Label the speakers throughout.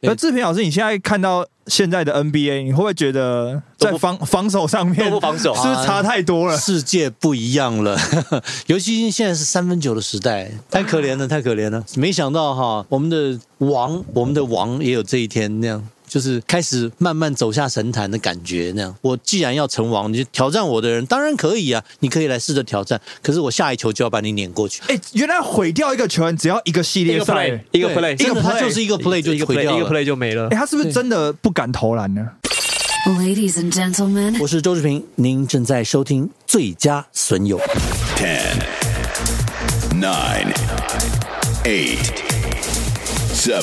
Speaker 1: 那志平老师，你现在看到现在的 NBA，你会不会觉得在防防守上面
Speaker 2: 都不防守啊
Speaker 1: 是不是差太 多了？
Speaker 3: 世界不一样了， 尤其现在是三分球的时代，太可怜了，太可怜了。没想到哈，我们的王，我们的王也有这一天那样。就是开始慢慢走下神坛的感觉，那样。我既然要成王，你就挑战我的人，当然可以啊，你可以来试着挑战。可是我下一球就要把你撵过去。
Speaker 1: 哎、原来毁掉一个球员只要一个系
Speaker 2: 一
Speaker 1: 列
Speaker 2: 个
Speaker 1: 赛，
Speaker 2: play，一个
Speaker 3: 对
Speaker 2: play，
Speaker 3: 真的它
Speaker 1: play，
Speaker 3: 就是一个 play 就
Speaker 2: 一个
Speaker 3: 毁
Speaker 2: play，
Speaker 3: 掉
Speaker 2: 一个
Speaker 3: 了。
Speaker 2: play 就没了
Speaker 1: 哎、。他是不是真的不敢投篮呢？
Speaker 4: Ladies and gentlemen,
Speaker 3: 我是周志平，您正在收听最佳损友。
Speaker 5: 10, 9, 8,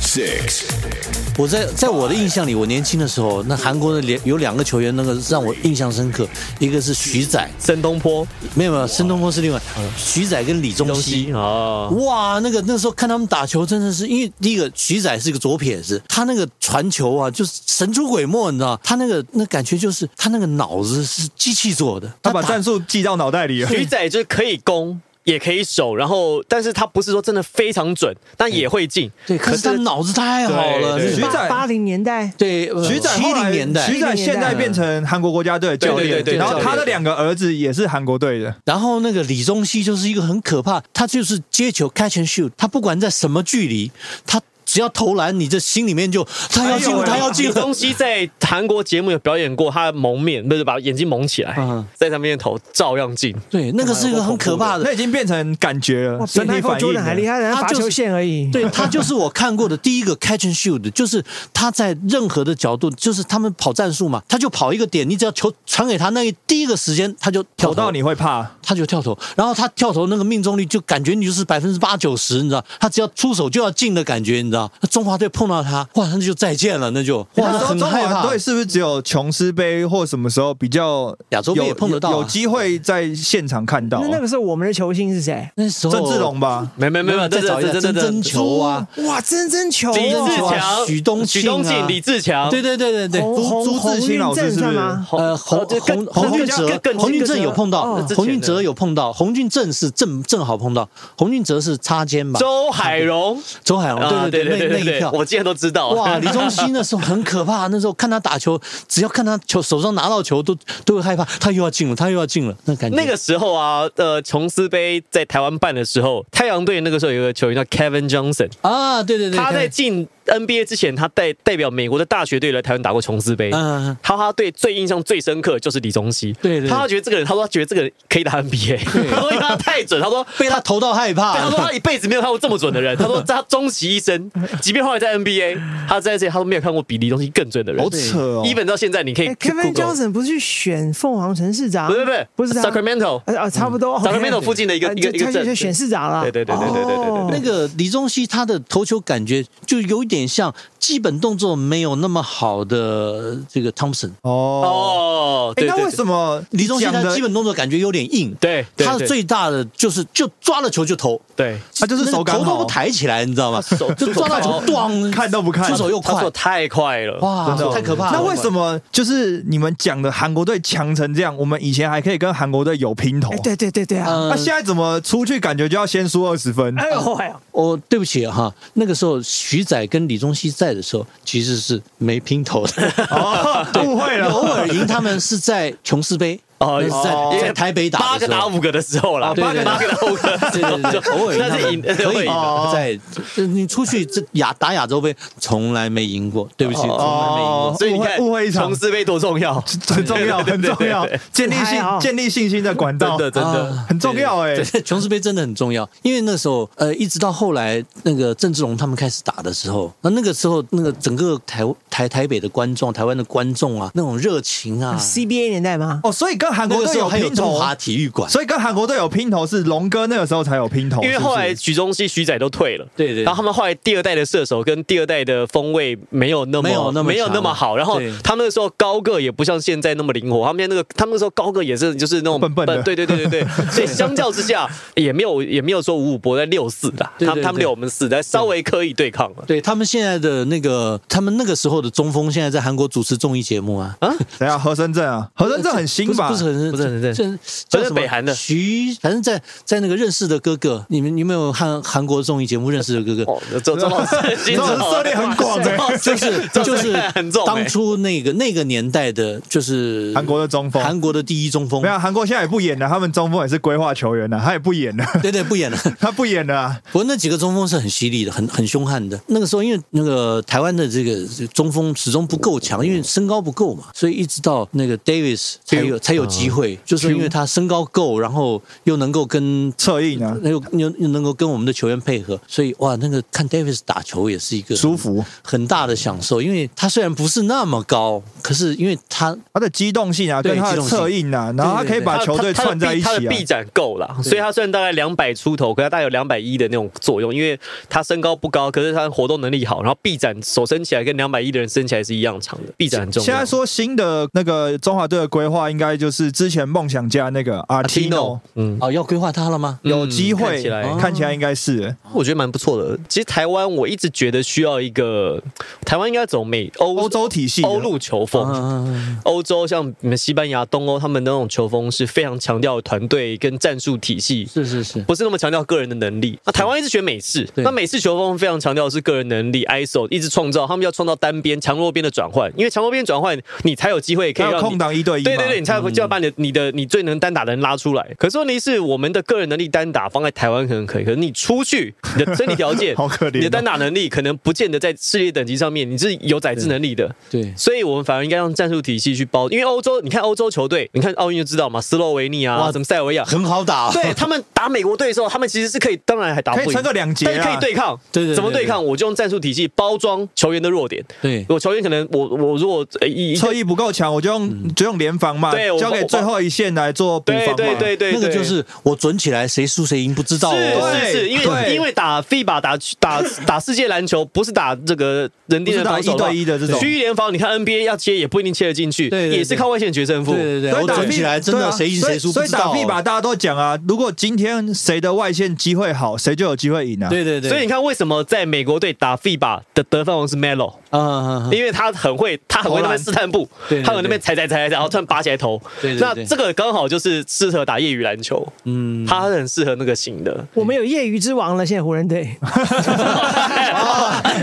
Speaker 5: 7, 6,
Speaker 3: 我在在我的印象里，我年轻的时候，那韩国的两有两个球员，那个让我印象深刻，一个是徐仔，
Speaker 2: 申东坡、
Speaker 3: 没有没有，申东坡是另外，
Speaker 1: 嗯
Speaker 3: 徐仔跟李宗
Speaker 2: 东
Speaker 3: 熙
Speaker 2: 西。哦，
Speaker 3: 哇，那个那时候看他们打球，真的是因为第一个徐仔是个左撇子，他那个传球啊，就是神出鬼没，你知道吗？他那个那感觉就是他那个脑子是机器做的，
Speaker 1: 他把
Speaker 3: 打
Speaker 1: 战术记到脑袋里了。
Speaker 2: 鱼仔就是可以攻。也可以守，然后但是他不是说真的非常准，但也会进。
Speaker 3: 对，可是他脑子太好了，
Speaker 2: 对
Speaker 1: 徐
Speaker 3: 那个
Speaker 1: 仔
Speaker 6: 八零年代，
Speaker 3: 对呃
Speaker 1: 徐仔
Speaker 3: 七
Speaker 1: 后来
Speaker 3: 零年代
Speaker 1: 徐，仔现在变成韩国国家队的教练，
Speaker 2: 对对对对
Speaker 1: 然后
Speaker 2: 对对
Speaker 1: 他的
Speaker 2: 对对
Speaker 1: 两个儿子也是韩国队的。
Speaker 3: 然后那个李宗熙就是一个很可怕，他就是接球 catch and shoot，他不管在什么距离，他只要投篮，你这心里面就他要进
Speaker 1: 哎呦
Speaker 3: 了，
Speaker 1: 喂
Speaker 3: 他要进
Speaker 2: 李
Speaker 3: 了
Speaker 2: 宗。熙在韩国节目有表演过，他蒙面，不是把眼睛蒙起来，
Speaker 3: 嗯
Speaker 2: 在他面前投照样进。
Speaker 3: 对，
Speaker 1: 哎
Speaker 3: 那个是一个很可怕的
Speaker 1: 那。已经变成感觉了，
Speaker 6: 哇，
Speaker 1: 身
Speaker 6: 比
Speaker 1: 体
Speaker 6: Michael
Speaker 2: 啊
Speaker 1: 反应
Speaker 6: Jordan
Speaker 1: 了
Speaker 6: 还厉害，人家
Speaker 3: 他
Speaker 6: 罚
Speaker 3: 就是
Speaker 6: 球线而已。
Speaker 3: 对他就是我看过的第一个 catch and shoot，就是他在任何的角度，就是他们跑战术嘛，他就跑一个点，你只要球传给他，那一第一个时间他就
Speaker 1: 投
Speaker 3: 跳投
Speaker 1: 到，你会怕。
Speaker 3: 他就跳投，然后他跳投那个命中率就感觉你就是百分之八九十，你知道，他只要出手就要进的感觉，你知道，那中华队碰到他，哇，那就再见了，那就哇，
Speaker 1: 那时候
Speaker 3: 很
Speaker 1: 中
Speaker 3: 害
Speaker 1: 华
Speaker 3: 怕
Speaker 1: 队。是不是只有琼斯杯或什么时候比较
Speaker 3: 亚洲杯也
Speaker 1: 有
Speaker 3: 碰得到啊
Speaker 1: 有机会在现场看到啊？
Speaker 6: 那那个时候我们的球星是谁？
Speaker 3: 那时候
Speaker 1: 郑志龙吧，
Speaker 2: 没没没有，
Speaker 3: 再
Speaker 2: 这
Speaker 3: 找一下
Speaker 2: 这这
Speaker 3: 真
Speaker 2: 这
Speaker 3: 真球啊，
Speaker 6: 哇，真真球
Speaker 2: 李志
Speaker 6: 哦！
Speaker 2: 强、
Speaker 3: 许东
Speaker 2: 许
Speaker 3: 信啊
Speaker 2: 东信、李志强，
Speaker 3: 对对对对对，
Speaker 6: 洪
Speaker 1: 朱
Speaker 6: 洪
Speaker 1: 朱
Speaker 6: 洪
Speaker 1: 志清
Speaker 6: 运
Speaker 1: 老师是
Speaker 6: 正啊
Speaker 1: 不
Speaker 6: 算
Speaker 1: 是
Speaker 6: 吗？
Speaker 3: 呃，洪
Speaker 2: 哦这
Speaker 3: 洪
Speaker 2: 更
Speaker 3: 洪俊
Speaker 2: 更
Speaker 3: 哲
Speaker 2: 更更，
Speaker 3: 洪俊哲有碰到
Speaker 6: 哦，
Speaker 2: 这之前的
Speaker 3: 洪俊哲有碰到，洪俊正是正正好碰到，洪俊哲是擦肩吧？
Speaker 2: 周海荣，
Speaker 3: 周海
Speaker 2: 啊
Speaker 3: 龙，对对对，那那一票。
Speaker 2: 我竟然都知道。
Speaker 3: 哇，李宗熙那时候很可怕，那时候看他打球，只要看他球手上拿到球都都会害怕，他又要进了，他又要进了，那感觉
Speaker 2: 那个时候啊，呃，琼斯杯在台湾办的时候，太阳队那个时候有一个球员叫 Kevin Johnson，
Speaker 3: 啊，对对对，
Speaker 2: 他在
Speaker 3: 看
Speaker 2: 进 NBA 之前，他代代表美国的大学队来台湾打过琼斯杯。
Speaker 3: 嗯，
Speaker 2: 他他对最印象最深刻就是李宗熙，
Speaker 3: 对对
Speaker 2: 他觉得这个人，他说他觉得这个人可以打 NBA，他说因为他太准，他说
Speaker 3: 被他投到害怕，
Speaker 2: 对，他说他一辈子没有看过这么准的人。他说他终其一生，即便后来在 NBA，他在这里他都没有看过比李东西更准的人。
Speaker 1: 好扯哦
Speaker 2: e v e n 到现在你可以
Speaker 6: 哎，Kevin
Speaker 2: Google
Speaker 6: Johnson 不是去选凤凰城市长？
Speaker 2: 不是不是
Speaker 6: 不是他
Speaker 2: Sacramento 嗯
Speaker 6: 呃哦，差不多。
Speaker 2: Sacramento 附近的一个一个一个
Speaker 6: 他就
Speaker 2: 镇
Speaker 6: 选市长了。
Speaker 2: 对对对对对对对对
Speaker 6: 哦
Speaker 3: 那个李宗熙他的投球感觉就有一点像基本动作没有那么好的这个汤普森，
Speaker 1: 哦，
Speaker 2: 哦，
Speaker 1: 哎
Speaker 2: 对
Speaker 1: 那
Speaker 2: 对
Speaker 1: 为什么
Speaker 3: 李宗熙
Speaker 1: 讲
Speaker 3: 他
Speaker 1: 的
Speaker 3: 基本动作感觉有点硬，
Speaker 2: 对对
Speaker 3: 他
Speaker 2: 对啊
Speaker 3: 最大的就是就抓了球就投，
Speaker 2: 对。
Speaker 1: 他就是手感
Speaker 3: 头都
Speaker 1: 好
Speaker 3: 不，抬起来，你知道吗？
Speaker 2: 啊手
Speaker 3: 就抓到球，咣，
Speaker 1: 看都不看
Speaker 3: 出手又
Speaker 2: 他
Speaker 3: 快
Speaker 2: 说，太快了，
Speaker 3: 哇，
Speaker 1: 真的
Speaker 3: 太可怕了。
Speaker 1: 那为什么就是你们讲的韩国队强成这样？我们以前还可以跟韩国队有拼头
Speaker 6: 哎，，对对对对啊！
Speaker 3: 呃
Speaker 1: 那现嗯在怎么出去感觉就要先输二十分？
Speaker 6: 哎呦哎
Speaker 1: 啊
Speaker 6: 呦，
Speaker 3: 我哦对不起哈，那个时候徐仔跟李宗熙在的时候，其实是没拼头 的。
Speaker 1: 哦，误会了，
Speaker 3: 偶尔赢他们是在琼斯杯，
Speaker 2: 哦
Speaker 3: 那是在
Speaker 2: 因为
Speaker 3: 在台北打的
Speaker 2: 八个
Speaker 3: 时候
Speaker 2: 打五个的时候啦，
Speaker 3: 对
Speaker 2: 八
Speaker 3: 对
Speaker 2: 个
Speaker 3: 对哦
Speaker 2: 打五个的时候，
Speaker 3: 对 对对，偶尔赢他
Speaker 2: 那
Speaker 3: 们
Speaker 2: 是赢，
Speaker 3: 可
Speaker 2: 会
Speaker 3: 以
Speaker 2: 赢的。
Speaker 1: 哦
Speaker 3: 在这你出去这亚打亚洲杯从来没赢过，对不
Speaker 2: 哦
Speaker 3: 起，从来没赢过。
Speaker 2: 所以你看，
Speaker 1: 误会误会一场
Speaker 2: 琼斯杯多重要，
Speaker 1: 很重要，
Speaker 2: 对
Speaker 1: 很
Speaker 2: 对对对
Speaker 1: 重要
Speaker 2: 对对，
Speaker 1: 建立
Speaker 6: 还
Speaker 1: 信
Speaker 6: 好
Speaker 1: 建立信心的管道，
Speaker 2: 真的真的
Speaker 3: 啊
Speaker 1: 很重要哎
Speaker 3: 对，对，琼斯杯真的很重要，因为那时候呃，一直到后来那个郑志龙他们开始打的时候，那那个时候那个整个台台台北的观众，台湾的观众啊，那种热情啊，
Speaker 6: CBA 年代吗？
Speaker 1: 哦，所以跟韩
Speaker 3: 那
Speaker 1: 国
Speaker 3: 个
Speaker 1: 队
Speaker 3: 时候还有
Speaker 1: 拼
Speaker 3: 中
Speaker 1: 头，
Speaker 3: 华体育馆，
Speaker 1: 所以跟韩国队有拼头是龙哥那个时候才有拼头，
Speaker 2: 因为
Speaker 1: 是不是
Speaker 2: 后来许宗熙、许仔都退了，
Speaker 3: 哦对对
Speaker 2: 然后他们后来第二代的射手跟第二代的锋卫没有那么
Speaker 3: 没有那么强啊
Speaker 2: 好，然后
Speaker 3: 对
Speaker 2: 他们那时候高个也不像现在那么灵活，他们那个他们那时候高个也是就是那种
Speaker 1: 笨笨的
Speaker 2: 对对 对对对，所以相较之下也没有也没有说五五搏在六四的，
Speaker 3: 对对
Speaker 2: 他们他们
Speaker 3: 对
Speaker 2: 六我们四，但稍微可以对抗了。
Speaker 3: 对他们现在的那个，他们那个时候的的中锋现在在韩国主持综艺节目啊，
Speaker 1: 等一下何深圳啊，何深圳很新吧？
Speaker 3: 不是不是很
Speaker 2: 不是很认
Speaker 3: 这叫什么
Speaker 2: 北韩的
Speaker 3: 徐，反正在在那个认识的哥哥，你们你们有看韩国综艺节目认识的哥哥？
Speaker 2: 哦，周 周老师，
Speaker 1: 这
Speaker 2: 周老师
Speaker 1: 涉猎很广的，哦
Speaker 3: 就是 就是
Speaker 2: 很重欸
Speaker 3: 当初那个那个年代的，就是
Speaker 1: 韩国的中锋
Speaker 3: 韩国的第一中锋
Speaker 1: 没，有韩国现在也不演了，他们中锋也是规划球员啊的，他也不演了，
Speaker 3: 对对，不演了。
Speaker 1: 他不演了啊。
Speaker 3: 不过那几个中锋是很犀利的，很很凶悍的。那个时候，因为那个台湾的这个中锋始终不够强，因为身高不够嘛，所以一直到那个 Davis 才有才有机会，
Speaker 1: 啊
Speaker 3: 就是因为他身高够，然后又能够跟
Speaker 1: 侧应啊，
Speaker 3: 又又又能够跟我们的球员配合，所以哇，那个看 Davis 打球也是一个
Speaker 1: 舒服，
Speaker 3: 很大的享受，因为他虽然不是那么高，可是因为他
Speaker 1: 他的机动性啊，
Speaker 3: 对
Speaker 1: 跟他
Speaker 3: 机
Speaker 1: 的
Speaker 3: 动性
Speaker 1: 侧应啊，然后他可以把
Speaker 2: 他
Speaker 1: 球队
Speaker 2: 他
Speaker 1: 串在一
Speaker 2: 他的
Speaker 1: 起
Speaker 2: 臂他的
Speaker 1: 啊
Speaker 2: 臂。展够了，所以他虽然大概两百出头，可他大概有两百一的那种作用，因为他身高不高，可是他的活动能力好，然后臂展手伸起来跟两百一的人伸起来是一样长的，臂展很重要。
Speaker 1: 现在说新的那个中华队的规划，应该就是之前梦想家那个 Artino
Speaker 2: Tino，嗯，
Speaker 3: 哦要规划他了吗？
Speaker 1: 有机
Speaker 2: 嗯
Speaker 1: 会
Speaker 2: 看起来，
Speaker 1: 看起来应该是
Speaker 2: 我觉得蛮不错的。其实台湾我一直觉得需要一个，台湾应该走美欧
Speaker 1: 欧洲啊体系的
Speaker 2: 欧陆球风，
Speaker 3: 嗯，
Speaker 2: 欧洲像你们西班牙、东欧，他们那种球风是非常强调团队跟战术体系，
Speaker 3: 是是是，
Speaker 2: 不是那么强调个人的能力。那台湾一直学美式，
Speaker 3: 对
Speaker 2: 那美式球风非常强调的是个人能力，ISO 一直创造，他们要创造单边、强弱边的转换，因为强弱边转换，你才有机会可以
Speaker 1: 要有
Speaker 2: 让你
Speaker 1: 空档一对一嘛。
Speaker 2: 对对对，你才会就要把你的、你的你最能单打的人拉出来。可是问题是，我们的个人能力单打放在台湾可能可以，可是你出去，你的身体条件，
Speaker 1: 好可怜哦
Speaker 2: 你的单打能力可能不见得在世界等级上面你是有载制能力的。
Speaker 3: 对
Speaker 2: 所以我们反而应该让战术体系去包，因为欧洲，你看欧洲球队，你看奥运就知道嘛，斯洛维尼啊，
Speaker 3: 哇
Speaker 2: 什么塞尔维亚，
Speaker 3: 很好打、
Speaker 2: 对他们打美国队的时候，他们其实是可以，当然还打不赢，
Speaker 1: 啊可以撑个两节啊
Speaker 2: 但是可以对抗。
Speaker 3: 对对对
Speaker 2: 怎么对抗？我就用战术体系包装球员的弱点。
Speaker 3: 对
Speaker 2: 我球员可能我我如果呃一一
Speaker 1: 侧翼不够强，我就用就用联防嘛，
Speaker 2: 嗯对我
Speaker 1: 交给最后一线来做补防
Speaker 2: 对
Speaker 1: 嘛。
Speaker 2: 对对对，
Speaker 3: 那个
Speaker 2: 对
Speaker 3: 就是我准起来，谁输谁赢不知道哦。
Speaker 2: 是是是，
Speaker 1: 对
Speaker 2: 因为
Speaker 1: 对
Speaker 2: 因为打 FIBA 打打打世界篮球，不是打这个人盯人防守
Speaker 1: 不是打一对一的这种
Speaker 2: 区域联防，你看 NBA 要切也不一定切得进去，
Speaker 3: 对对对
Speaker 2: 也是靠外线决胜负。
Speaker 3: 对对对，
Speaker 1: 所以
Speaker 3: 我
Speaker 1: 打
Speaker 3: 准
Speaker 1: B-
Speaker 3: 起来真
Speaker 1: 对
Speaker 3: 的
Speaker 1: 啊
Speaker 3: 谁赢谁输不
Speaker 1: 所以
Speaker 3: 知
Speaker 1: 所以打
Speaker 3: 道、
Speaker 1: B 吧，
Speaker 3: 哦。
Speaker 1: 大家都讲啊，如果今天谁的外线机会好，谁就有机会赢啊。
Speaker 3: 对对对，
Speaker 2: 所以你看，为什么在美国队打 FIBA 的得分王是 Melo？
Speaker 3: 啊啊，啊
Speaker 2: 因为他很会，他很会那边试探步
Speaker 3: 对对，对
Speaker 2: 他很那边踩踩踩踩，然后突然拔起来投。
Speaker 3: 对对对
Speaker 2: 那这个刚好就是适合打业余篮球，嗯，他很适合那个型的。
Speaker 6: 我们有业余之王了，现在湖人队。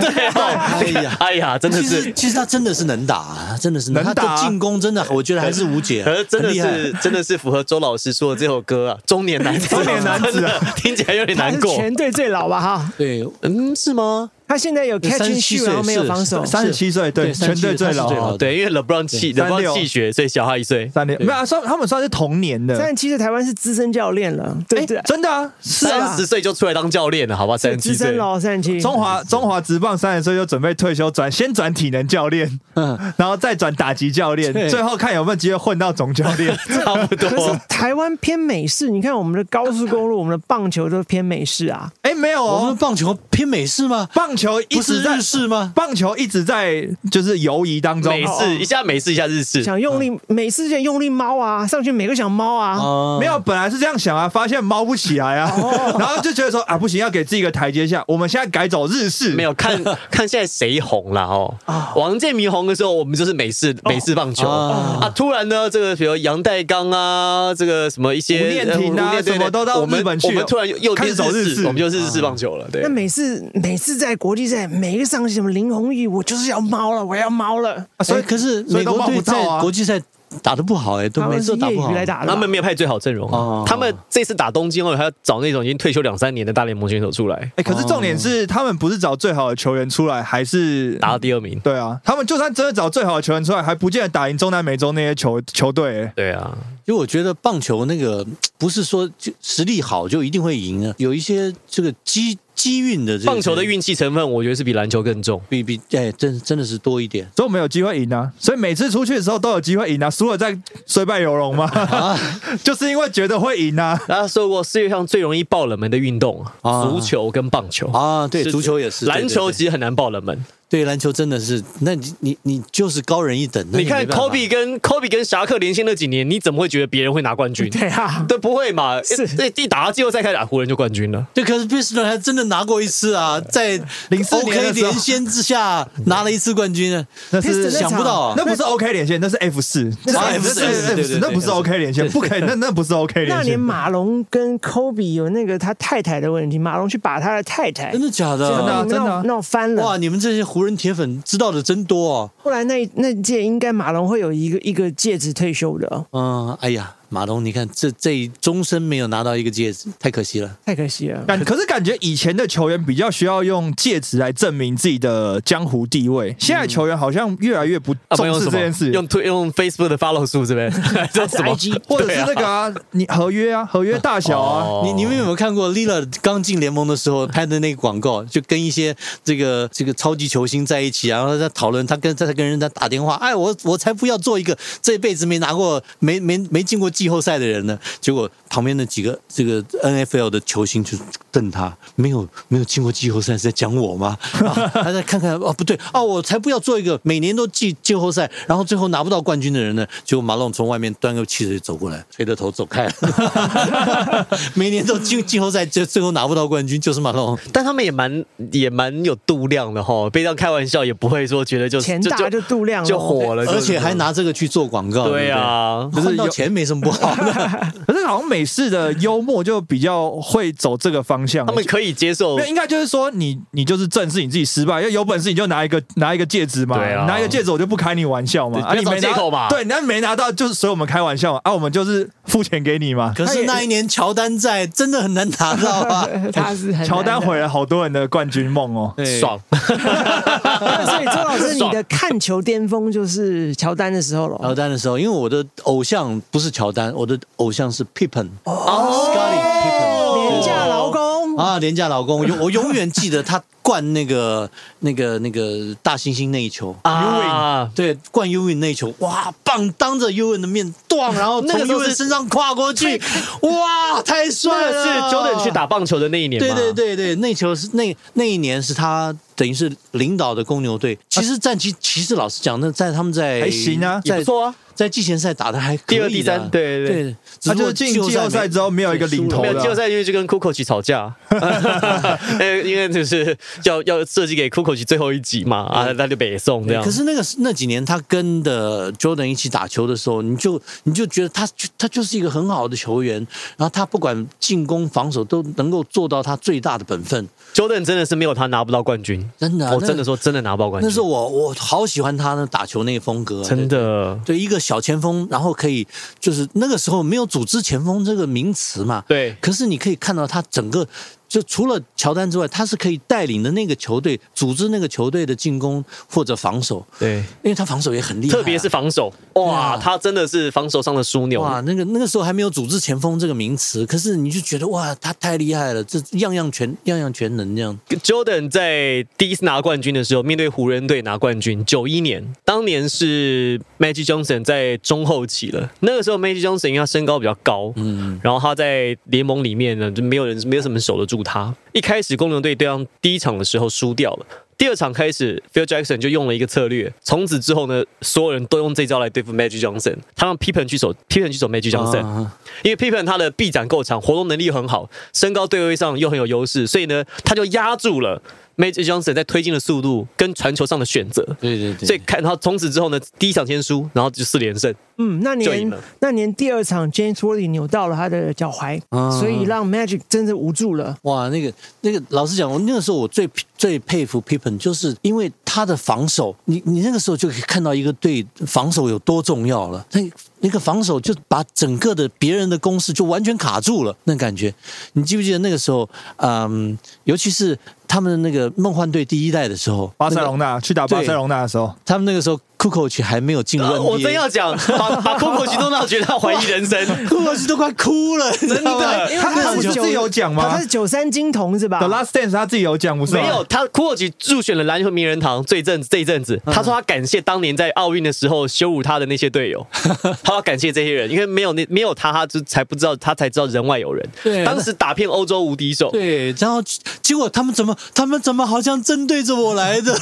Speaker 2: 对啊，
Speaker 3: 哎呀
Speaker 2: 哎呀，真的
Speaker 3: 其
Speaker 2: 是
Speaker 3: 实，其实他真的是能打，真的是
Speaker 1: 能打
Speaker 3: 他的进攻真的，我觉得还是无解，啊
Speaker 2: 可是真的
Speaker 3: 很厉害
Speaker 2: 是，真的是符合周老师说的这首歌啊，中年男子，中
Speaker 1: 年男子啊
Speaker 2: 听起来有点
Speaker 6: 他
Speaker 2: 难
Speaker 6: 是
Speaker 2: 过。
Speaker 6: 全队最老吧？哈，
Speaker 3: 对
Speaker 2: 嗯，是吗？
Speaker 6: 他现在有 catch and
Speaker 3: 37
Speaker 6: shoot，然后没有
Speaker 3: 岁
Speaker 6: 防守。
Speaker 1: 三十七岁，对，
Speaker 3: 对
Speaker 1: 全队最
Speaker 3: 37他是最
Speaker 1: 老
Speaker 3: 老。
Speaker 2: 哦，对，因为 LeBron 气
Speaker 1: 对
Speaker 2: ，LeBron
Speaker 1: 36
Speaker 2: 气血，所以小他一岁。
Speaker 1: 三年没有啊，算他们算是同年的。
Speaker 6: 三十七岁，台湾是资深教练了，对
Speaker 1: 哎
Speaker 6: 对，
Speaker 1: 真的啊，是啊。
Speaker 2: 三十岁就出来当教练了，好吧？三十七
Speaker 6: 资
Speaker 2: 岁
Speaker 6: 深，了，三十七。
Speaker 1: 中华中华职棒三十岁就准备退休转，先转体能教练，
Speaker 3: 嗯
Speaker 1: 然后再转打击教练，
Speaker 3: 对
Speaker 1: 最后看有没有机会混到总教 练。
Speaker 2: 差不
Speaker 6: 可是
Speaker 2: 多。
Speaker 6: 台湾偏美式，你看我们的高速公路，我们的棒球都偏美式啊。
Speaker 1: 哎，没有
Speaker 3: 我们的
Speaker 1: 哦，
Speaker 3: 棒球偏美式吗？
Speaker 1: 棒球一
Speaker 3: 不
Speaker 1: 直
Speaker 3: 是
Speaker 1: 在
Speaker 3: 日式吗？
Speaker 1: 棒球一直在就是游移当中。
Speaker 2: 美式一下美式一下日式，
Speaker 6: 想用力，美式想用力猫啊，上去每个想猫啊，
Speaker 3: 啊
Speaker 1: 没有，本来是这样想啊，发现猫不起来啊，
Speaker 3: 哦
Speaker 1: 然后就觉得说啊，不行，要给自己一个台阶下。我们现在改走日式，
Speaker 2: 没有看看现在谁红了哦。王建民红的时候，我们就是美式美式棒球
Speaker 3: 哦
Speaker 2: 啊。突然呢，这个比如杨代刚啊，这个什么一些
Speaker 1: 吴念婷啊
Speaker 2: 呃吴对
Speaker 1: 什么都到
Speaker 2: 我们
Speaker 1: 日本去
Speaker 2: 我们突然又又
Speaker 1: 开始走日
Speaker 2: 日
Speaker 1: 式
Speaker 2: 式，我们就是日式棒球了。对
Speaker 6: 那，每次每次在国际赛，每个上去什么林红玉，我就是要猫了，我要猫了，
Speaker 1: 啊
Speaker 3: 所
Speaker 1: 所
Speaker 3: 以
Speaker 1: 以
Speaker 3: 哎可是
Speaker 1: 所
Speaker 3: 美
Speaker 1: 以都
Speaker 3: 国
Speaker 1: 冒
Speaker 3: 队
Speaker 1: 不到
Speaker 3: 在
Speaker 1: 啊
Speaker 3: 国。际赛打得不好哎，都
Speaker 6: 他
Speaker 3: 每
Speaker 6: 们
Speaker 3: 次
Speaker 6: 是
Speaker 3: 都打
Speaker 6: 业
Speaker 3: 不好
Speaker 6: 余。来打的吧。
Speaker 2: 他们没有派最好阵容
Speaker 3: 哦
Speaker 2: 啊，他们这次打东京奥运还要找那种已经退休两三年的大联盟选手出来
Speaker 1: 哎、可
Speaker 3: 哦
Speaker 1: 是重点是，他们不是找最好的球员出来，还是
Speaker 2: 打到第二名。
Speaker 1: 对啊，他们就算真的找最好的球员出来，还不见得打赢中南美洲那些球球队、欸。
Speaker 2: 对啊，
Speaker 3: 因为我觉得棒球那个不是说就实力好就一定会赢啊，有一些这个机机运的这个
Speaker 2: 棒球的运气成分，我觉得是比篮球更重。
Speaker 3: 比比哎，真真的是多一点。
Speaker 1: 所以我们有机会赢啊！所以每次出去的时候都有机会赢啊，输了再虽败犹荣嘛，
Speaker 3: 啊
Speaker 1: 就是因为觉得会赢啊。
Speaker 2: 大家说过，世界上最容易爆冷门的运动，
Speaker 3: 啊
Speaker 2: 足球跟棒球
Speaker 3: 啊对
Speaker 2: 是
Speaker 3: 足球也是对
Speaker 2: 篮球
Speaker 3: 对对嗯
Speaker 2: 其实很难爆冷门，
Speaker 3: 对篮球真的是，那你你你就是高人一等。那
Speaker 2: 你看
Speaker 3: 没办法
Speaker 2: Kobe 跟 Kobe 跟侠客连线那几年，你怎么会觉得别人会拿冠军？
Speaker 6: 对啊，
Speaker 2: 对，不会嘛？
Speaker 6: 是
Speaker 2: 对，一打到季后赛开始，啊湖人就冠军了。
Speaker 3: 对，可是 b i s t o n 还真的拿过一次 啊，在
Speaker 1: 04年
Speaker 3: OK
Speaker 1: 的时候
Speaker 3: 连线之下拿了一次冠军呢。
Speaker 1: 那是
Speaker 6: Pistons 那场
Speaker 3: 想不到啊
Speaker 1: 那不是 OK 连线，那是 F 四，那
Speaker 3: 啊 F4
Speaker 1: 是
Speaker 3: 对对
Speaker 1: F
Speaker 3: 对对
Speaker 1: 四，那不是 OK 连线，不可以，那那不是 OK
Speaker 6: 那
Speaker 1: 连
Speaker 6: 年
Speaker 1: 线。
Speaker 6: 马龙跟 Kobe 有那个他太太的问题，马龙去把他的太太
Speaker 3: 真的假的？
Speaker 1: 真的啊
Speaker 6: 闹闹闹翻了。
Speaker 3: 哇，你们这些湖人铁粉知道的真多哦。
Speaker 6: 后来那一那届应该马龙会有一个一个戒指退休的哦，
Speaker 3: 嗯，哎呀，马龙，你看这这一终身没有拿到一个戒指，太可惜了。
Speaker 6: 太可惜了。
Speaker 1: 感可是感觉以前的球员比较需要用戒指来证明自己的江湖地位，现在球员好像越来越不
Speaker 2: 嗯啊，不
Speaker 1: 重
Speaker 2: 用
Speaker 1: 视
Speaker 2: 什
Speaker 1: 这件事
Speaker 2: 么，，用推用 Facebook 的 follow 数这边，这是什么
Speaker 6: IG
Speaker 1: 或者是那个啊，你合约啊，合约大小啊，
Speaker 2: 哦
Speaker 3: 你你们有没有看过 l i l a 刚进联盟的时候拍的那个广告？就跟一些这个这个超级球星在一起，然后在讨论他跟在跟人家打电话，哎，我我才不要做一个这辈子没拿过没没没进过季后赛的人呢。结果旁边的几个这个 NFL 的球星就瞪他，没有没有进过季后赛是在讲我吗？ 然后他再看看哦，不对哦，我才不要做一个每年都季季后赛，然后最后拿不到冠军的人呢。结果马龙从外面端个汽水走过来，垂着头走开了。 每年都进季后赛，就最后拿不到冠军就是马龙。
Speaker 2: 但他们也蛮也蛮有度量的哈，被这样开玩笑也不会说觉得就
Speaker 6: 钱
Speaker 2: 就
Speaker 6: 大就度量了
Speaker 2: 就火了，
Speaker 3: 而且还
Speaker 2: 拿
Speaker 3: 拿这个去做广告，
Speaker 2: 对啊
Speaker 3: 对不对
Speaker 1: 就是
Speaker 3: 换到
Speaker 1: 有
Speaker 3: 钱没什么不好。
Speaker 1: 可是好像美式的幽默就比较会走这个方向，
Speaker 2: 他们可以接受
Speaker 1: 没有，应该就是说你你就是正视你自己失败，要有本事你就拿一个拿一个戒指嘛，
Speaker 2: 对啊
Speaker 1: 拿一个戒指我就不开你玩笑嘛，
Speaker 2: 对
Speaker 1: 啊
Speaker 2: 不要
Speaker 1: 你没
Speaker 2: 找
Speaker 1: 拿
Speaker 2: 借口嘛
Speaker 1: 对，你要没拿到就是随我们开玩笑嘛，啊我们就是付钱给你
Speaker 2: 啊
Speaker 1: 嘛。
Speaker 3: 可是那一年乔丹在，真的很难拿到 啊。
Speaker 6: 他是很难的
Speaker 1: 乔丹毁了好多人的冠军梦哦，
Speaker 3: 对
Speaker 2: 爽，
Speaker 6: 呃所以周老师，你
Speaker 2: 爽
Speaker 6: 的看球巅峰就是乔丹的时候了。
Speaker 3: 乔丹的时候，因为我的偶像不是乔丹，我的偶像是 Pippen，s c o t t y Pippen。
Speaker 6: 廉价劳工，
Speaker 3: 啊，廉价老公，我永我永远记得他灌那个、那个、那个大猩猩那一球，
Speaker 2: 啊，
Speaker 3: 对，灌 U Win 那一球，哇，棒当着 U Win 的面撞，然后
Speaker 2: 那个
Speaker 3: 从
Speaker 2: 时候
Speaker 3: U
Speaker 2: 是
Speaker 3: Win 身上跨过去，哇，太帅
Speaker 2: 那
Speaker 3: 了！
Speaker 2: 是 Jordan 去打棒球的那一年
Speaker 3: 对
Speaker 2: 嘛，
Speaker 3: 对对对，那球是那那一年是他等于是领导的公牛
Speaker 2: 啊
Speaker 3: 队。其实战绩，其实老实讲，那在他们在
Speaker 1: 还行啊
Speaker 2: 也
Speaker 3: 在
Speaker 2: 不错啊，
Speaker 3: 在季前赛打的还可以
Speaker 2: 第
Speaker 3: 的
Speaker 2: 二第三对对啊对
Speaker 3: 对，只
Speaker 1: 他
Speaker 3: 不
Speaker 1: 就
Speaker 3: 过
Speaker 1: 是进季后赛之后没有一个领头
Speaker 2: 没有季后
Speaker 1: 的。啊
Speaker 2: 赛就去跟 Kukoc 吵架， 呃因为就是要要设计给 Kukoc 最后一集嘛，啊，那就北宋这样
Speaker 3: 可。是那个那几年他跟的 Jordan 一起打球的时候，你就你就觉得他就他就是一个很好的球员，然后他不管进攻防守都能够做到他最大的本分，
Speaker 2: Jordan 真的是没有他拿不到冠军，
Speaker 3: 真的啊
Speaker 2: 我
Speaker 3: 那
Speaker 2: 哦真的说真的拿不到冠军，
Speaker 3: 那时候我我好喜欢他那打球那个风格，
Speaker 2: 真的。
Speaker 3: 对。对一个小前锋，然后可以就是那个时候没有“组织前锋”这个名词嘛，
Speaker 2: 对
Speaker 3: 可是你可以看到他整个，就除了乔丹之外，他是可以带领的那个球队组织那个球队的进攻或者防守，
Speaker 2: 对，
Speaker 3: 因为他防守也很厉害啊、
Speaker 2: 特别是防守，
Speaker 3: 啊
Speaker 2: 哇，他真的是防守上的枢纽。
Speaker 3: 哇，那个那个时候还没有“组织前锋”这个名词，可是你就觉得哇，他太厉害了，这样样全样样全能这样。
Speaker 2: Jordan 在第一次拿冠军的时候，面对湖人队拿冠军，九一年，当年是 Magic Johnson 在中后期了。那个时候 Magic Johnson 因为他身高比较高，嗯，然后他在联盟里面呢，就没有人没有什么守得住他。一开始公牛队对上第一场的时候输掉了。第二场开始，Phil Jackson 就用了一个策略，从此之后呢，所有人都用这招来对付 Magic Johnson。他让 Pippen 去守，Pippen 去守 Magic Johnson，、
Speaker 3: 啊
Speaker 2: 因为 Pippen 他的臂展够长，活动能力又很好，身高对位上又很有优势，所以呢，他就压住了 Magic Johnson 在推进的速度跟传球上的选择。
Speaker 3: 对对对，
Speaker 2: 所以看他从此之后呢，第一场先输，然后就四连胜。
Speaker 6: 嗯，那
Speaker 2: 就赢
Speaker 6: 年
Speaker 2: 了
Speaker 6: 那年第二场 James Worthy 扭到了他的脚踝，
Speaker 3: 啊
Speaker 6: 所以让 Magic 真的无助了。
Speaker 3: 哇，那个那个，老实讲，我那个时候我最最佩服 Pippen，就是因为他的防守，你你那个时候就可以看到一个队防守有多重要了。那那个防守就把整个的别人的攻势就完全卡住了，那感觉。你记不记得那个时候，嗯，尤其是他们那个梦幻队第一代的时候，
Speaker 1: 巴塞
Speaker 3: 那个
Speaker 1: 隆纳去打巴塞隆纳的时候，
Speaker 3: 他们那个时候 Kukoc 还没有进入 NBA，、
Speaker 2: 啊呃我真要讲，把把 Coco 弄到觉得他怀疑人生。
Speaker 3: Kukoc 都快哭了，真
Speaker 2: 的
Speaker 6: 因为
Speaker 1: 他
Speaker 6: 他
Speaker 1: 不
Speaker 6: 是
Speaker 1: 是
Speaker 6: 九
Speaker 1: 自由奖吗
Speaker 6: 他是九三金童是吧
Speaker 1: The Last Dance》他自己有讲不是吗
Speaker 2: 没有，他 k u o c 入选了篮球名人堂这一阵这一阵子，他说他感谢当年在奥运的时候羞辱他的那些队友，他要感谢这些人，因为没有那没有他，他就才不知道，他才知道人外有人。
Speaker 3: 对
Speaker 2: 当时打遍欧洲无敌手，
Speaker 3: 对，然后结果他们怎么，他们怎么好像针对着我来的，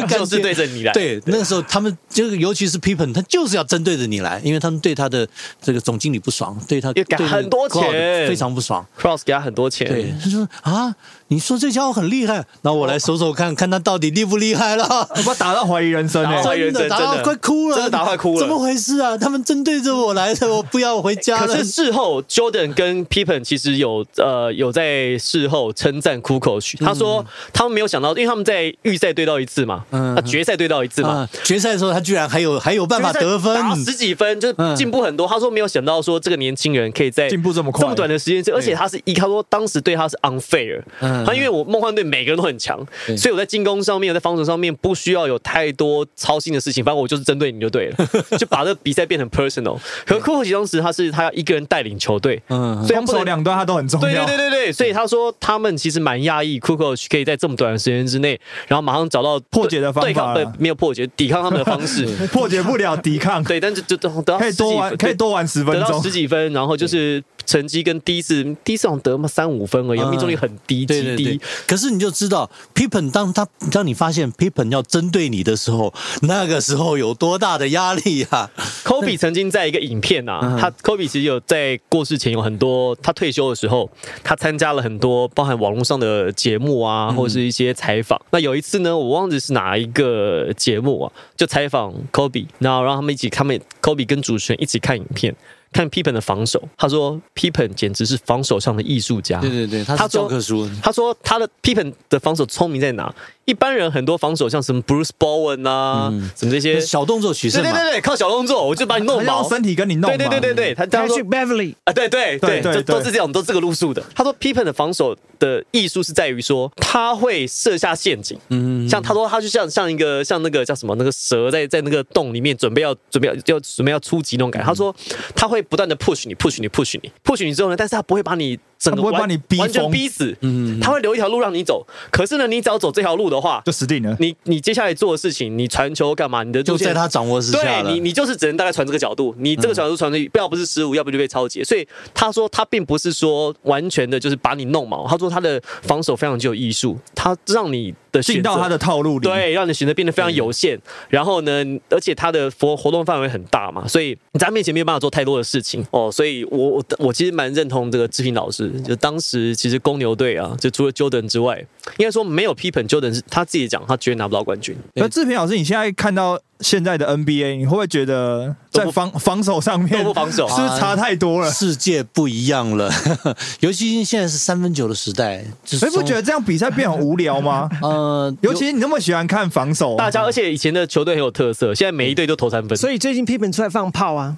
Speaker 3: 感觉
Speaker 2: 就是对着你来
Speaker 3: 对，那个时候他们就是，尤其是 Pippen，他就是要针对着你来，因为他们对他的这个总经理不爽，对他
Speaker 2: 也给
Speaker 3: 对那个
Speaker 2: 很多
Speaker 3: Claude
Speaker 2: 钱
Speaker 3: 非常不爽。
Speaker 2: Cross 给他很多
Speaker 3: 对
Speaker 2: 钱，，
Speaker 3: 他说啊，你说这家伙很厉害，那我来搜搜看看他到底厉不厉害 了。
Speaker 1: 我打到怀疑人生
Speaker 2: 打
Speaker 1: 哎、
Speaker 2: 到怀疑人
Speaker 3: 真的
Speaker 2: 生
Speaker 3: 打
Speaker 2: 哦真
Speaker 3: 到
Speaker 2: 的
Speaker 3: 快哭了，
Speaker 2: 真的打快哭了
Speaker 3: 怎么回事啊？他们针对着我来的，我不要我回家
Speaker 2: 可
Speaker 3: 了
Speaker 2: 是。事后，Jordan 跟 Pippen 其实有呃有在事后称赞 k u k o 他说他们没有想到，因为他们在预赛对到一次嘛，
Speaker 3: 嗯
Speaker 2: 啊决赛对到一次嘛
Speaker 3: 啊，，决赛的时候他居然还有还有办法
Speaker 2: 决赛
Speaker 3: 得分，
Speaker 2: 打十几分就是进步很多。他说没有想到说这个年轻人可以在
Speaker 1: 嗯进步这么快
Speaker 2: 这么短的时间之内，而且他是一他说当时对他是 unfair，
Speaker 3: 嗯
Speaker 2: 他因为我梦幻队每个人都很强，
Speaker 3: 对
Speaker 2: 所以我在进攻上面，我在防守上面不需要有太多操心的事情，反正我就是针对你就 对了，就把这个比赛变成 personal。可库克奇当时他是他要一个人带领球队，
Speaker 3: 嗯
Speaker 2: 所以他
Speaker 1: 攻
Speaker 2: 不
Speaker 1: 守
Speaker 2: 能
Speaker 1: 两端他都很重要。
Speaker 2: 对对对对对，所以他说他们其实蛮讶异 k u k o 可以在这么短的时间之内，然后马上找到
Speaker 1: 破解的方法
Speaker 2: 对抗对没有破解，抵抗他们的方 式。
Speaker 1: 破解不了抵抗，
Speaker 2: 对，但是就得到
Speaker 1: 可以多玩，
Speaker 2: 10
Speaker 1: 可以多玩十分
Speaker 2: 得到
Speaker 1: 钟
Speaker 2: 十。几分，然后就是成绩跟第一次第一次好像得嘛三五分而已，
Speaker 3: 嗯
Speaker 2: 命中率很低，
Speaker 3: 对
Speaker 2: 极
Speaker 3: 对
Speaker 2: 低
Speaker 3: 对。。可是你就知道，Pippen 当他当你发现 Pippen 要针对你的时候，那个时候有多大的压力啊呀、
Speaker 2: 科比曾经在一个影片
Speaker 1: 嗯
Speaker 2: 啊，他科比其实有在过世前有很多，他退休的时候，他参加了很多包含网络上的节目
Speaker 1: 嗯
Speaker 2: 啊，或者是一些采访。那有一次呢，我忘记是哪一个节目啊，就采访科比，然后让他们一起，他们科比跟主持人一起看影片。看 Pippen 的防守，他说 Pippen 简直是防守上的艺术家。
Speaker 3: 对对对他是教科书
Speaker 2: 他说他的 Pippen 的防守聪明在哪？一般人很多防守像什么 Bruce Bowen 啊，
Speaker 1: 嗯
Speaker 2: 什么这些
Speaker 3: 小动作取
Speaker 2: 对
Speaker 3: 胜
Speaker 2: 对
Speaker 3: 嘛。
Speaker 2: 对对，靠小动作我就把你弄
Speaker 1: 他要
Speaker 2: 毛，
Speaker 1: 用身体跟你弄
Speaker 2: 对对
Speaker 1: 嘛
Speaker 2: 对对对，他他说
Speaker 6: Patrick Beverly
Speaker 2: 啊，对对对，
Speaker 1: 对对对
Speaker 2: 就都是这种，都是这个路数的。他说 Pippen 的防守的艺术是在于说他会设下陷阱，嗯，像他说他就像像一个像那个叫什么那个蛇在在那个洞里面准备要准备要要准备要出击那种感觉。他说他会不断的 push 你 push 你 push 你 push 你之后呢，但是他不会把你整个
Speaker 1: 他不会
Speaker 2: 完
Speaker 1: 把你逼
Speaker 2: 完全
Speaker 1: 疯
Speaker 2: 逼死，嗯，他会留一条路让你走。可是呢，你只要走这条路的话
Speaker 1: 就。死定了。
Speaker 2: 你你接下来做的事情，你传球干嘛？你的
Speaker 3: 就
Speaker 2: 路线
Speaker 3: 在他掌握之下了
Speaker 2: 对你，你就是只能大概传这个角度，你这个角度传出去，要不是失误，要不就被超
Speaker 1: 嗯
Speaker 2: 截。所以他说他并不是说完全的就是把你弄毛，他说他的防守非常具有艺术，他让你的选
Speaker 1: 进
Speaker 2: 择
Speaker 1: 到他的套路里，
Speaker 2: 对，让你选择变得非常有限。然后呢，而且他的活活动范围很大嘛，所以你在他面前没有办法做太多的事情哦。所以我我我其实蛮认同这个志平老师，就当时其实公牛队啊，就除了 Jordan 之外，应该说没有 Pippen，Jordan 是他自己讲，他绝对拿不到冠军。
Speaker 1: 那志平老师，你现在看到现在的 NBA，你会不会觉得在防防守上面
Speaker 2: 都不防守啊
Speaker 1: 是不是差太多了？
Speaker 3: 世界不一样了， 尤其现在是三分球的时代，就是
Speaker 1: 所哎以不
Speaker 3: 从
Speaker 1: 觉得这样比赛变很无聊吗？
Speaker 3: 呃，
Speaker 1: 尤其你那么喜欢看防守，
Speaker 2: 啊
Speaker 1: 啊
Speaker 2: 大家，而且以前的球队很有特色，现在每一队都投三分。
Speaker 6: 所以最近 Pippen 出来放炮啊，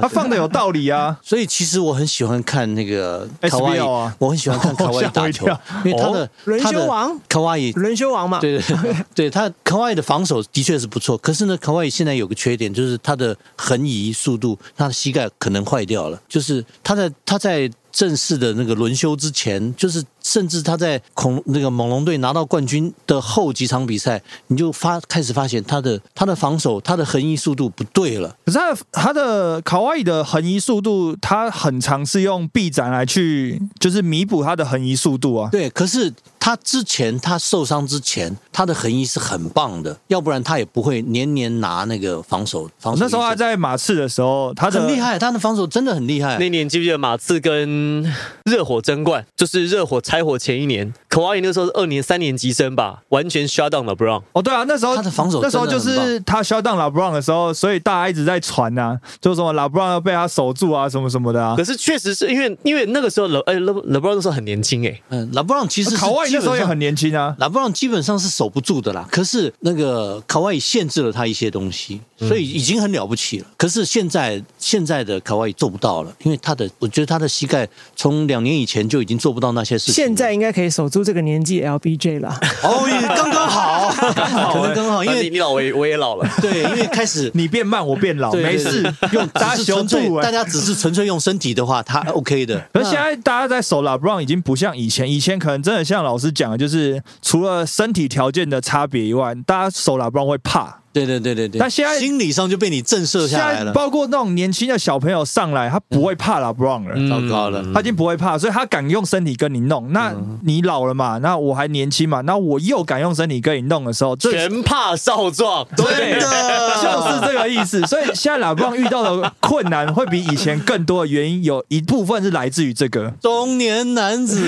Speaker 1: 他放的有道理啊。
Speaker 3: 所以其实我很喜欢看那个
Speaker 1: SBL
Speaker 3: 卡哇伊
Speaker 1: 啊
Speaker 3: 我很喜欢看卡哇伊
Speaker 1: 吓我
Speaker 3: 打
Speaker 1: 一
Speaker 3: 球
Speaker 1: 跳，
Speaker 3: 因为他的
Speaker 6: 轮
Speaker 3: 他的
Speaker 6: 休王
Speaker 3: 卡哇伊
Speaker 6: 轮休王嘛，
Speaker 3: 对对对对，他卡哇伊的防守的确是不错，可是呢，卡哇伊现在有个缺点，就是他的横移速度，他的膝盖可能坏掉了。就是他在他在正式的那个轮休之前，就是甚至他在恐那个猛龙队拿到冠军的后几场比赛，你就发开始发现他的他的防守，他的横移速度不对了。
Speaker 1: 可是他的他的卡哇伊的横移速度，他很常是用臂展来去，就是弥补他的横移速度啊。
Speaker 3: 对，可是他之前他受伤之前，他的横移是很棒的，要不然他也不会年年拿那个防守防守。
Speaker 1: 那时候他。在马刺的时候，他的
Speaker 3: 很厉害，他的防守真的很厉害。
Speaker 2: 那年记不记得马刺跟热火争冠？就是热火拆伙前一年，可瓦伊那时候是二年三年级生吧，完全 shut down 了 Brown。
Speaker 1: 哦，对啊，那时候
Speaker 3: 他的防守
Speaker 1: 那时候就
Speaker 3: 真的很棒
Speaker 1: 是他 shut down 拉布朗的时候，所以大家一直在传呐、就是什么拉布朗要被他守住啊，什么什么的啊
Speaker 2: 可。是确实是因为因为那个时候 Le 哎 Le LeBron 那时候很年轻哎、
Speaker 3: 嗯，拉布朗其实是
Speaker 1: 卡哇伊呃那时候也很
Speaker 3: 基
Speaker 1: 年轻啊
Speaker 3: 本上，，拉布朗基本上是守不住的啦。可是那个卡哇伊限制了他一些东西，
Speaker 1: 嗯
Speaker 3: 所以已经很了不起了。可是现在现在的卡哇伊做不到了，因为他的我觉得他的膝盖从两年以前就已经做不到那些事情了。
Speaker 6: 现在应该可以守住这个年纪 LBJ 了。
Speaker 3: 哦，也刚 刚好， 可能刚好，因
Speaker 2: 啊你
Speaker 3: 为
Speaker 2: 你老我也我也老了。
Speaker 3: 对，因为开始
Speaker 1: 你变慢我变老，
Speaker 3: 对对
Speaker 1: 没
Speaker 3: 对
Speaker 1: 事
Speaker 3: 对，
Speaker 1: 用
Speaker 3: 只
Speaker 1: 大家
Speaker 3: 是
Speaker 1: 修
Speaker 3: 纯粹
Speaker 1: 度
Speaker 3: 大
Speaker 1: 哎。
Speaker 3: 家只是纯粹用身体的话，他 OK 的。
Speaker 1: 可是现在大家在守拉布朗已经不像以前，以前可能真的像老师讲的，就是除了身体条件的差别以外，大家守拉布朗会怕。
Speaker 3: 对对对对对。
Speaker 1: 但现在
Speaker 3: 心理上就被你震慑
Speaker 1: 现
Speaker 3: 下来
Speaker 1: 在
Speaker 3: 了，嗯
Speaker 1: 包括那种年轻的小朋友上来，他不会怕 LeBron 了。
Speaker 3: 糟糕了。
Speaker 1: 他已经不会怕，所以他敢用身体跟你弄。那
Speaker 3: 嗯
Speaker 1: 你老了嘛？那我还年轻嘛？那我又敢用身体跟你弄的时候，这
Speaker 2: 全怕少 壮，
Speaker 1: 对就是这个意思。 所以现在老棒遇到的困难会比以前更多的原因，有一部分是来自于这个
Speaker 3: 中年男 子，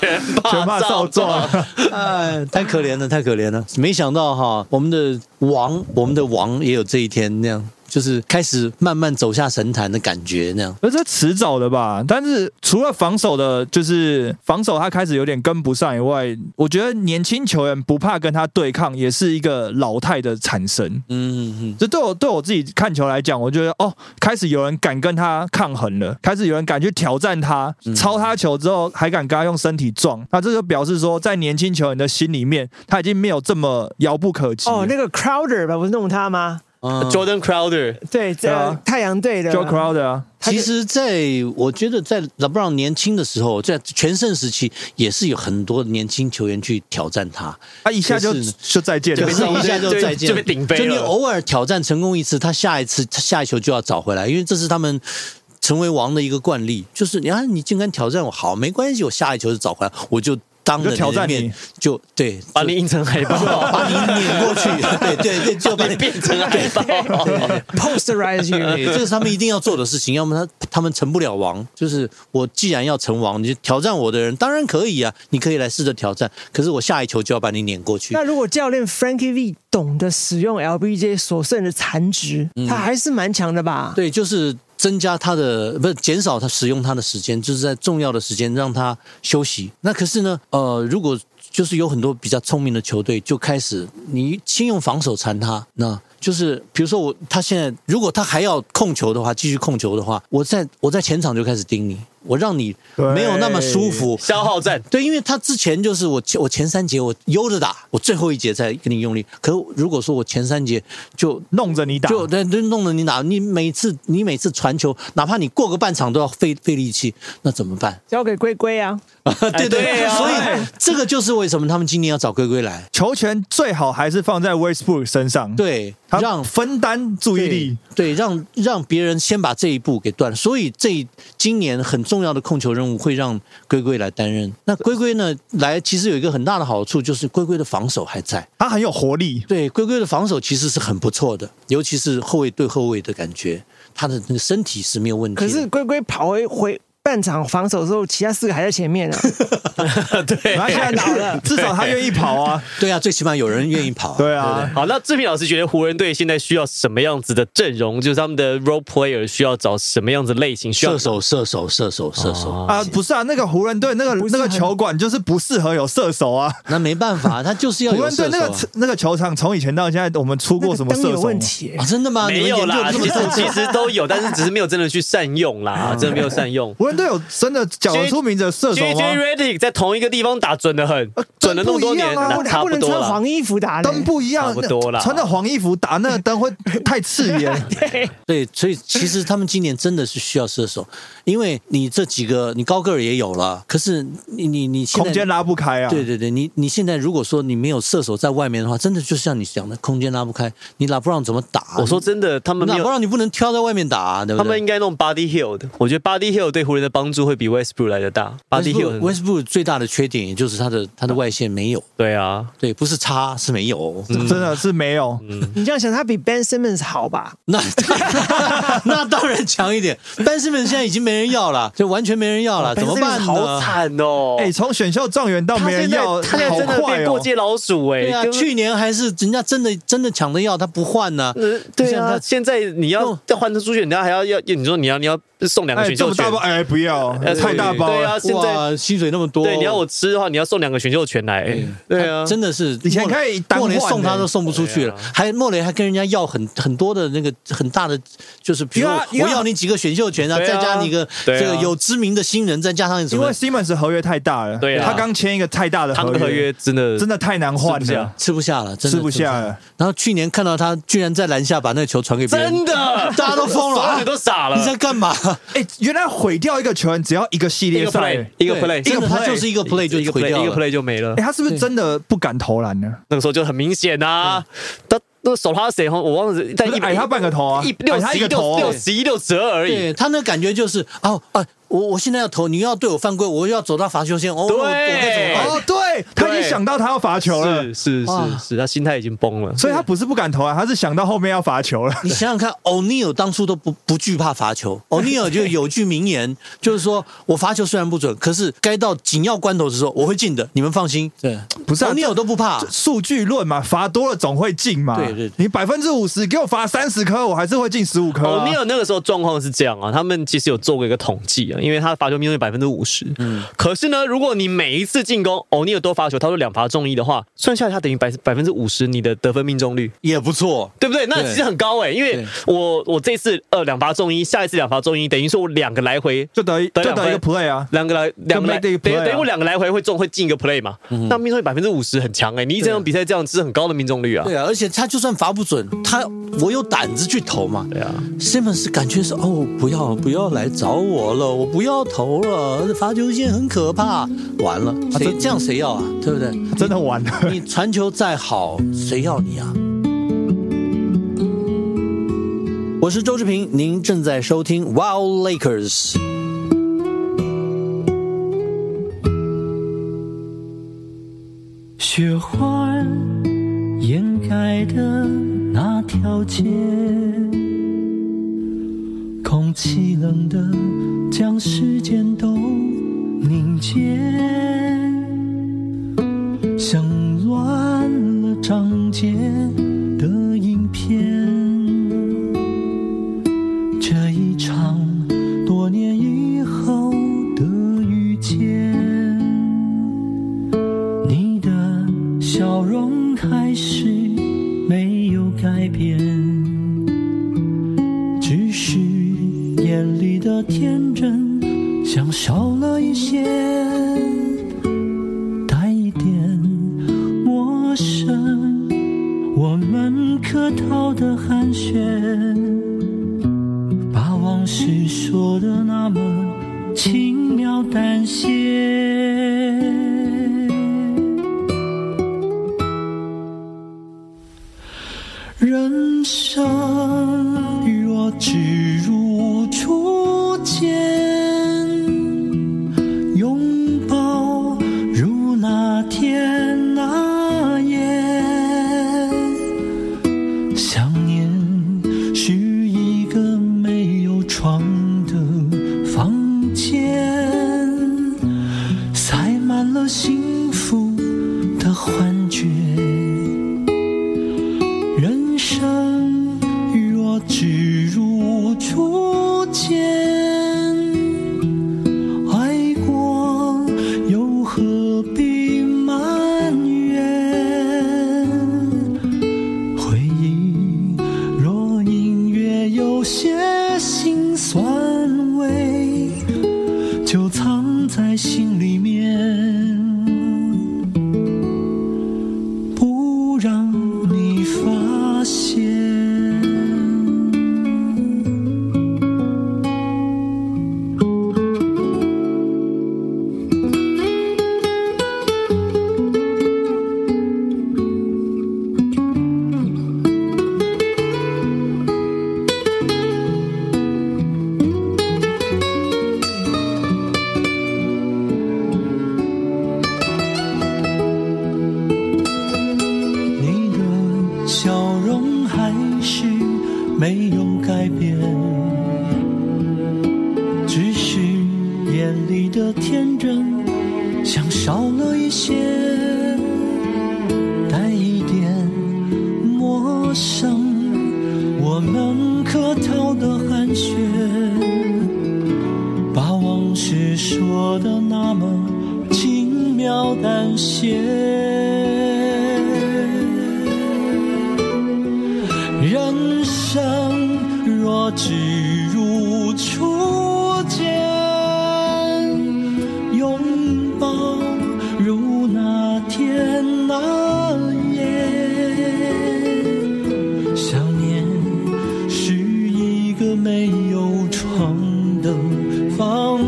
Speaker 2: 全
Speaker 1: 全怕少壮。
Speaker 3: 哎，太可怜了，太可怜了。没想到哈，我们的王，我们的王也有这一天，那样就是开始慢慢走下神坛的感觉，那样。
Speaker 1: 而这迟早的吧，但是除了防守的，就是防守他开始有点跟不上以外，我觉得年轻球员不怕跟他对抗，也是一个老态的产生。
Speaker 3: 嗯嗯
Speaker 1: 这对我对我自己看球来讲，我觉得哦，开始有人敢跟他抗衡了，开始有人敢去挑战他，
Speaker 3: 嗯
Speaker 1: 抄他球之后还敢跟他用身体撞，那这就表示说，在年轻球员的心里面，他已经没有这么遥不可及。
Speaker 6: 哦，那个 Crowder 吧，不是弄他吗？
Speaker 3: 嗯
Speaker 2: Jordan Crowder，
Speaker 1: 对
Speaker 6: 对，这、
Speaker 1: 啊
Speaker 6: 太阳队的
Speaker 1: Joe Crowder 啊，
Speaker 3: 其实在，我觉得在 LeBron 年轻的时候，在全盛时期，也是有很多年轻球员去挑战他，
Speaker 1: 他一下就
Speaker 3: 可是
Speaker 1: 就再见
Speaker 3: 就
Speaker 1: 了
Speaker 3: 被。
Speaker 2: 是
Speaker 3: 一下就再见了，
Speaker 2: 就被顶杯了
Speaker 3: 就你偶尔挑战成功一次，他下一次他下一球就要找回来，因为这是他们。成为王的一个惯例，就是你看，你竟敢挑战我，好，没关系，我下一球就找回来，我就当着
Speaker 1: 我就挑战
Speaker 3: 你的
Speaker 1: 你
Speaker 3: 面，就对，
Speaker 2: 把你印成海 报，
Speaker 3: 把你撵过去，对对对， 就把你
Speaker 2: 被变成海 报。
Speaker 6: Posterize you，
Speaker 3: 对，这是他们一定要做的事情，要么他他们成不了王。就是我既然要成王，你就挑战我的人当然可以啊，你可以来试着挑战。可是我下一球就要把你撵过去
Speaker 6: 那。如果教练 Frankie V 懂得使用 LBJ 所剩的残值，他还是蛮强的吧？
Speaker 3: 对，就是增加他的不是减少他使用他的时间，就是在重要的时间让他休息。那可是呢，呃，如果就是有很多比较聪明的球队就开始你先用防守缠他，那就是比如说我他现在如果他还要控球的话，继续控球的话，我在我在前场就开始盯你，我让你没有那么舒服，
Speaker 2: 消耗战，
Speaker 3: 对，因为他之前就是我前我前三节我悠着打，我最后一节再跟你用力。可如果说我前三节就
Speaker 1: 弄着你打，
Speaker 3: 就对，就弄了你打，你每次你每次传球，哪怕你过个半场都要费费力气，那怎 么办？
Speaker 6: 交给龟龟啊，
Speaker 3: 对
Speaker 2: 对啊
Speaker 3: 所以这个就是为什么他们今年要找龟龟来，
Speaker 1: 球权最好还是放在 Westbrook 身上，，
Speaker 3: 对，
Speaker 1: 他
Speaker 3: 让
Speaker 1: 分担注意力。
Speaker 3: 对，让让别人先把这一步给断了。所以这一今年很重要的控球任务会让龟龟来担任。那龟龟呢来，其实有一个很大的好处就是龟龟的防守还在。
Speaker 1: 他很有活力，
Speaker 3: 对，龟龟的防守其实是很不错的，尤其是后卫对后卫的感觉，他的那个身体是没有问题
Speaker 6: 可
Speaker 3: 的。
Speaker 6: 是龟龟跑回回半场防守之后，其他四个还在前面啊。
Speaker 2: 对
Speaker 1: 然后现在
Speaker 6: 老了
Speaker 1: 至少他愿意跑啊，
Speaker 3: 对啊，最起码有人愿意跑。
Speaker 1: 对啊。
Speaker 2: 好，那志平老师觉得湖人队现在需要什么样子的阵容？就是他们的 role player 需要找什么样子类型？需要
Speaker 3: 射手，射手，射手，射手，
Speaker 1: 啊，不是啊，那个湖人队那个那个球馆就是不适合有射手啊。
Speaker 3: 那没办法，他就是要
Speaker 1: 湖
Speaker 3: 有
Speaker 1: 人队
Speaker 3: 射
Speaker 1: 那
Speaker 3: 手
Speaker 1: 个那个球场从以前到现在，我们出过什么
Speaker 6: 那个
Speaker 1: 射
Speaker 6: 灯
Speaker 1: 手
Speaker 6: 有
Speaker 1: 吗？
Speaker 6: 问题
Speaker 3: 啊。啊，真的吗？
Speaker 2: 没有啦，
Speaker 3: 你
Speaker 2: 其
Speaker 3: 们研究得这
Speaker 2: 实
Speaker 3: 么
Speaker 2: 其
Speaker 3: 透
Speaker 2: 实都有，但是只是没有真的去善用啦，真的没有善用。
Speaker 1: 湖人队有真的讲得出名字的射手
Speaker 2: J
Speaker 1: 吗
Speaker 2: J？Redick 在同一个地方打准的很，准了那么多年，
Speaker 1: 不一样啊
Speaker 2: 那
Speaker 6: 他
Speaker 2: 差
Speaker 6: 不
Speaker 2: 不
Speaker 6: 能
Speaker 2: 多
Speaker 6: 穿
Speaker 2: 了。
Speaker 6: 黄衣服打呢
Speaker 1: 灯不一样，
Speaker 2: 差不多啦
Speaker 1: 穿着黄衣服打那个灯会太刺眼。
Speaker 3: 对，所以其实他们今年真的是需要射手，因为你这几个你高个儿也有了，可是你你你现在
Speaker 1: 空间拉不开啊！
Speaker 3: 对对对，你你现在如果说你没有射手在外面的话，真的就像你讲的，空间拉不开，你拉布朗怎么打？
Speaker 2: 我说真的，他们没
Speaker 3: 拉布
Speaker 2: 有，
Speaker 3: 朗你啊不能挑在外面打、啊，对不
Speaker 2: 他
Speaker 3: 对？
Speaker 2: 们应该弄 Body Hill 的。我觉得 Body Hill 对湖人的帮助会比 Westbrook 来的大。Body Hill 很
Speaker 3: Westbrook 最大的缺点也就是他的他的外线没有，
Speaker 2: 对啊，
Speaker 3: 对，不是差是没有。
Speaker 1: 真的是没有。
Speaker 6: 你这样想，他比 Ben Simmons 好吧？
Speaker 3: 那 那当然强一点。班斯本现在已经没人要了，就完全没人要
Speaker 1: 哦
Speaker 3: 了，怎么办呢？
Speaker 2: 好惨哦！
Speaker 1: 哎，从选秀状元到
Speaker 2: 他
Speaker 1: 没人
Speaker 2: 现在
Speaker 1: 要，
Speaker 2: 他现在真
Speaker 1: 好
Speaker 2: 的
Speaker 1: 快
Speaker 2: 变过
Speaker 1: 哦！
Speaker 2: 街老鼠哎、
Speaker 3: 对啊，
Speaker 2: 跟
Speaker 3: 去年还是人家真的真的抢着要，他不换呢、
Speaker 2: 呃对啊，现在你要
Speaker 3: 哦
Speaker 2: 再换成出去，人家还要要，你说你要你要送两个
Speaker 1: 哎，
Speaker 2: 选
Speaker 1: 这
Speaker 2: 秀
Speaker 1: 么
Speaker 2: 权
Speaker 1: 大包，，哎，不要，
Speaker 2: 呃
Speaker 1: 太大包
Speaker 2: 对啊，
Speaker 1: 了。
Speaker 2: 现在
Speaker 3: 哇，薪水那么多，
Speaker 2: 对你要我吃的话，你要送两个选秀权来，
Speaker 1: 哎
Speaker 2: 对啊，
Speaker 3: 真的是
Speaker 1: 嗯以前可以单
Speaker 3: 莫雷
Speaker 1: 换
Speaker 3: 送他
Speaker 1: 的
Speaker 3: 都送不出去了，
Speaker 2: 对啊
Speaker 3: 还莫雷还跟人家要很很多的那个很大的，就是比如
Speaker 1: 因为
Speaker 3: 我
Speaker 1: 他因为他
Speaker 3: 要你几个选秀权啊，
Speaker 2: 对啊
Speaker 3: 再加你一个
Speaker 2: 对啊
Speaker 3: 这个有知名的新人，再加上你什
Speaker 1: 因
Speaker 3: 么
Speaker 1: 为 Simmons 合约太大了，
Speaker 2: 对啊
Speaker 1: 他刚签一个太大的
Speaker 2: 他们
Speaker 1: 合
Speaker 2: 的合约真的
Speaker 1: 真的太难换
Speaker 2: 是不是啊
Speaker 1: 了。
Speaker 3: 吃不下了，真的
Speaker 1: 吃不下了。
Speaker 3: 然后去年看到他居然在篮下把那个球传给别人，
Speaker 2: 真的，
Speaker 3: 大家都疯了
Speaker 2: 所有人都傻了
Speaker 3: 你。在干嘛？
Speaker 1: 哎，原来毁掉一个球员只要一个系
Speaker 2: 一
Speaker 1: 列
Speaker 2: 个
Speaker 1: 赛、
Speaker 2: play
Speaker 1: 欸
Speaker 2: 一个 play
Speaker 3: 真的他
Speaker 1: play
Speaker 3: 就是一个 play 就
Speaker 2: 一个
Speaker 3: 毁
Speaker 2: play
Speaker 3: 掉
Speaker 2: 一个
Speaker 3: 了。
Speaker 2: play 就没了
Speaker 1: 哎、。他是不是真的不敢投篮呢？
Speaker 2: 那个时候就很明显啊，他那个手他谁我忘了，但
Speaker 1: 嗯不
Speaker 2: 一
Speaker 1: 是矮他半个头啊
Speaker 2: 一
Speaker 1: 矮
Speaker 2: 六
Speaker 1: 他
Speaker 2: 十
Speaker 1: 一
Speaker 2: 一
Speaker 1: 个头
Speaker 2: 六
Speaker 1: 啊
Speaker 2: 六十一六十二而已
Speaker 3: 对。他那感觉就是哦啊，我我现在要投，你又要对我犯规，我又要走到罚球线，哦，我
Speaker 2: 对
Speaker 3: 我该怎么办？
Speaker 1: 哦，
Speaker 2: 哎
Speaker 1: 对，他已经想到他要罚球了，
Speaker 2: 是是
Speaker 3: 哇
Speaker 2: 是是，他心态已经崩了。
Speaker 1: 所以他不是不敢投啊，他是想到后面要罚球了。
Speaker 3: 你想想看，欧尼尔当初都不不惧怕罚球，欧尼尔就有句名言，就是说我罚球虽然不准，可是该到紧要关头的时候我会进的，你们放心。对，
Speaker 1: 不是啊
Speaker 3: 欧尼尔都不怕，
Speaker 1: 数据论嘛，罚多了总会进嘛。
Speaker 3: 对对对
Speaker 1: 你百分之五十给我罚三十颗，我还是会进十五颗
Speaker 2: 欧
Speaker 1: 啊。
Speaker 2: 尼尔哦那个时候状况是这样啊，他们其实有做过一个统计啊，因为他的罚球命中率百分之五十，嗯，可是呢，如果你每一次进攻欧尼尔都罚球，他说两罚中一的话，算下来他等于百百分之五十你的得分命中率，
Speaker 3: 也不错。
Speaker 2: 对不对？那
Speaker 3: 对
Speaker 2: 其实很高哎、因为
Speaker 3: 对
Speaker 2: 我我这次呃两罚中一，下一次两罚中一，等于说我两个来回
Speaker 1: 就得
Speaker 2: 得
Speaker 1: 就
Speaker 2: 两分
Speaker 1: 得一个 play 啊。
Speaker 2: 两个来两个来，
Speaker 1: make the
Speaker 2: 等于
Speaker 1: play 啊嗯
Speaker 2: 等于我两个来回会中会进一个 play 嘛？那命中率百分之五十很强哎、你一整场比赛这样是很高的命中率啊。
Speaker 3: 对啊，而且他就算罚不准，他我有胆子去投嘛。
Speaker 2: 对啊，
Speaker 3: Simmons 感觉是哦，不要不要来找我了，我不要投了，罚球线很可怕，完了，谁这样谁要啊？对不对？
Speaker 1: 真的完了，
Speaker 3: 你传球再好，谁要你啊？我是周志平，您正在收听 Wow Lakers。
Speaker 7: 雪花掩盖的那条街，空气冷的将时间都凝结，像乱了章节的影片。这一场多年以后的遇见。你的笑容还是没有改变，只是眼里的天真像少了一些，带一点陌生，我们客套的寒暄。把往事说的那么轻描淡写。人生若只如初见，拥抱如那天那夜。想念是一个没有床的房间，塞满了幸福的幻觉。人生若只如初见，爱过又何必埋怨？回忆若隐约有些辛酸味，就藏在心里面，不让你发现。你的笑容还是没有改变，只是眼里的天真像少了一些，带一点陌生，我们客套的寒暄，把往事说的那么轻描淡写。人生若只如初见，拥抱如那天那夜。想念是一个没有床的房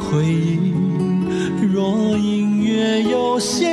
Speaker 7: 回忆。若隐约有些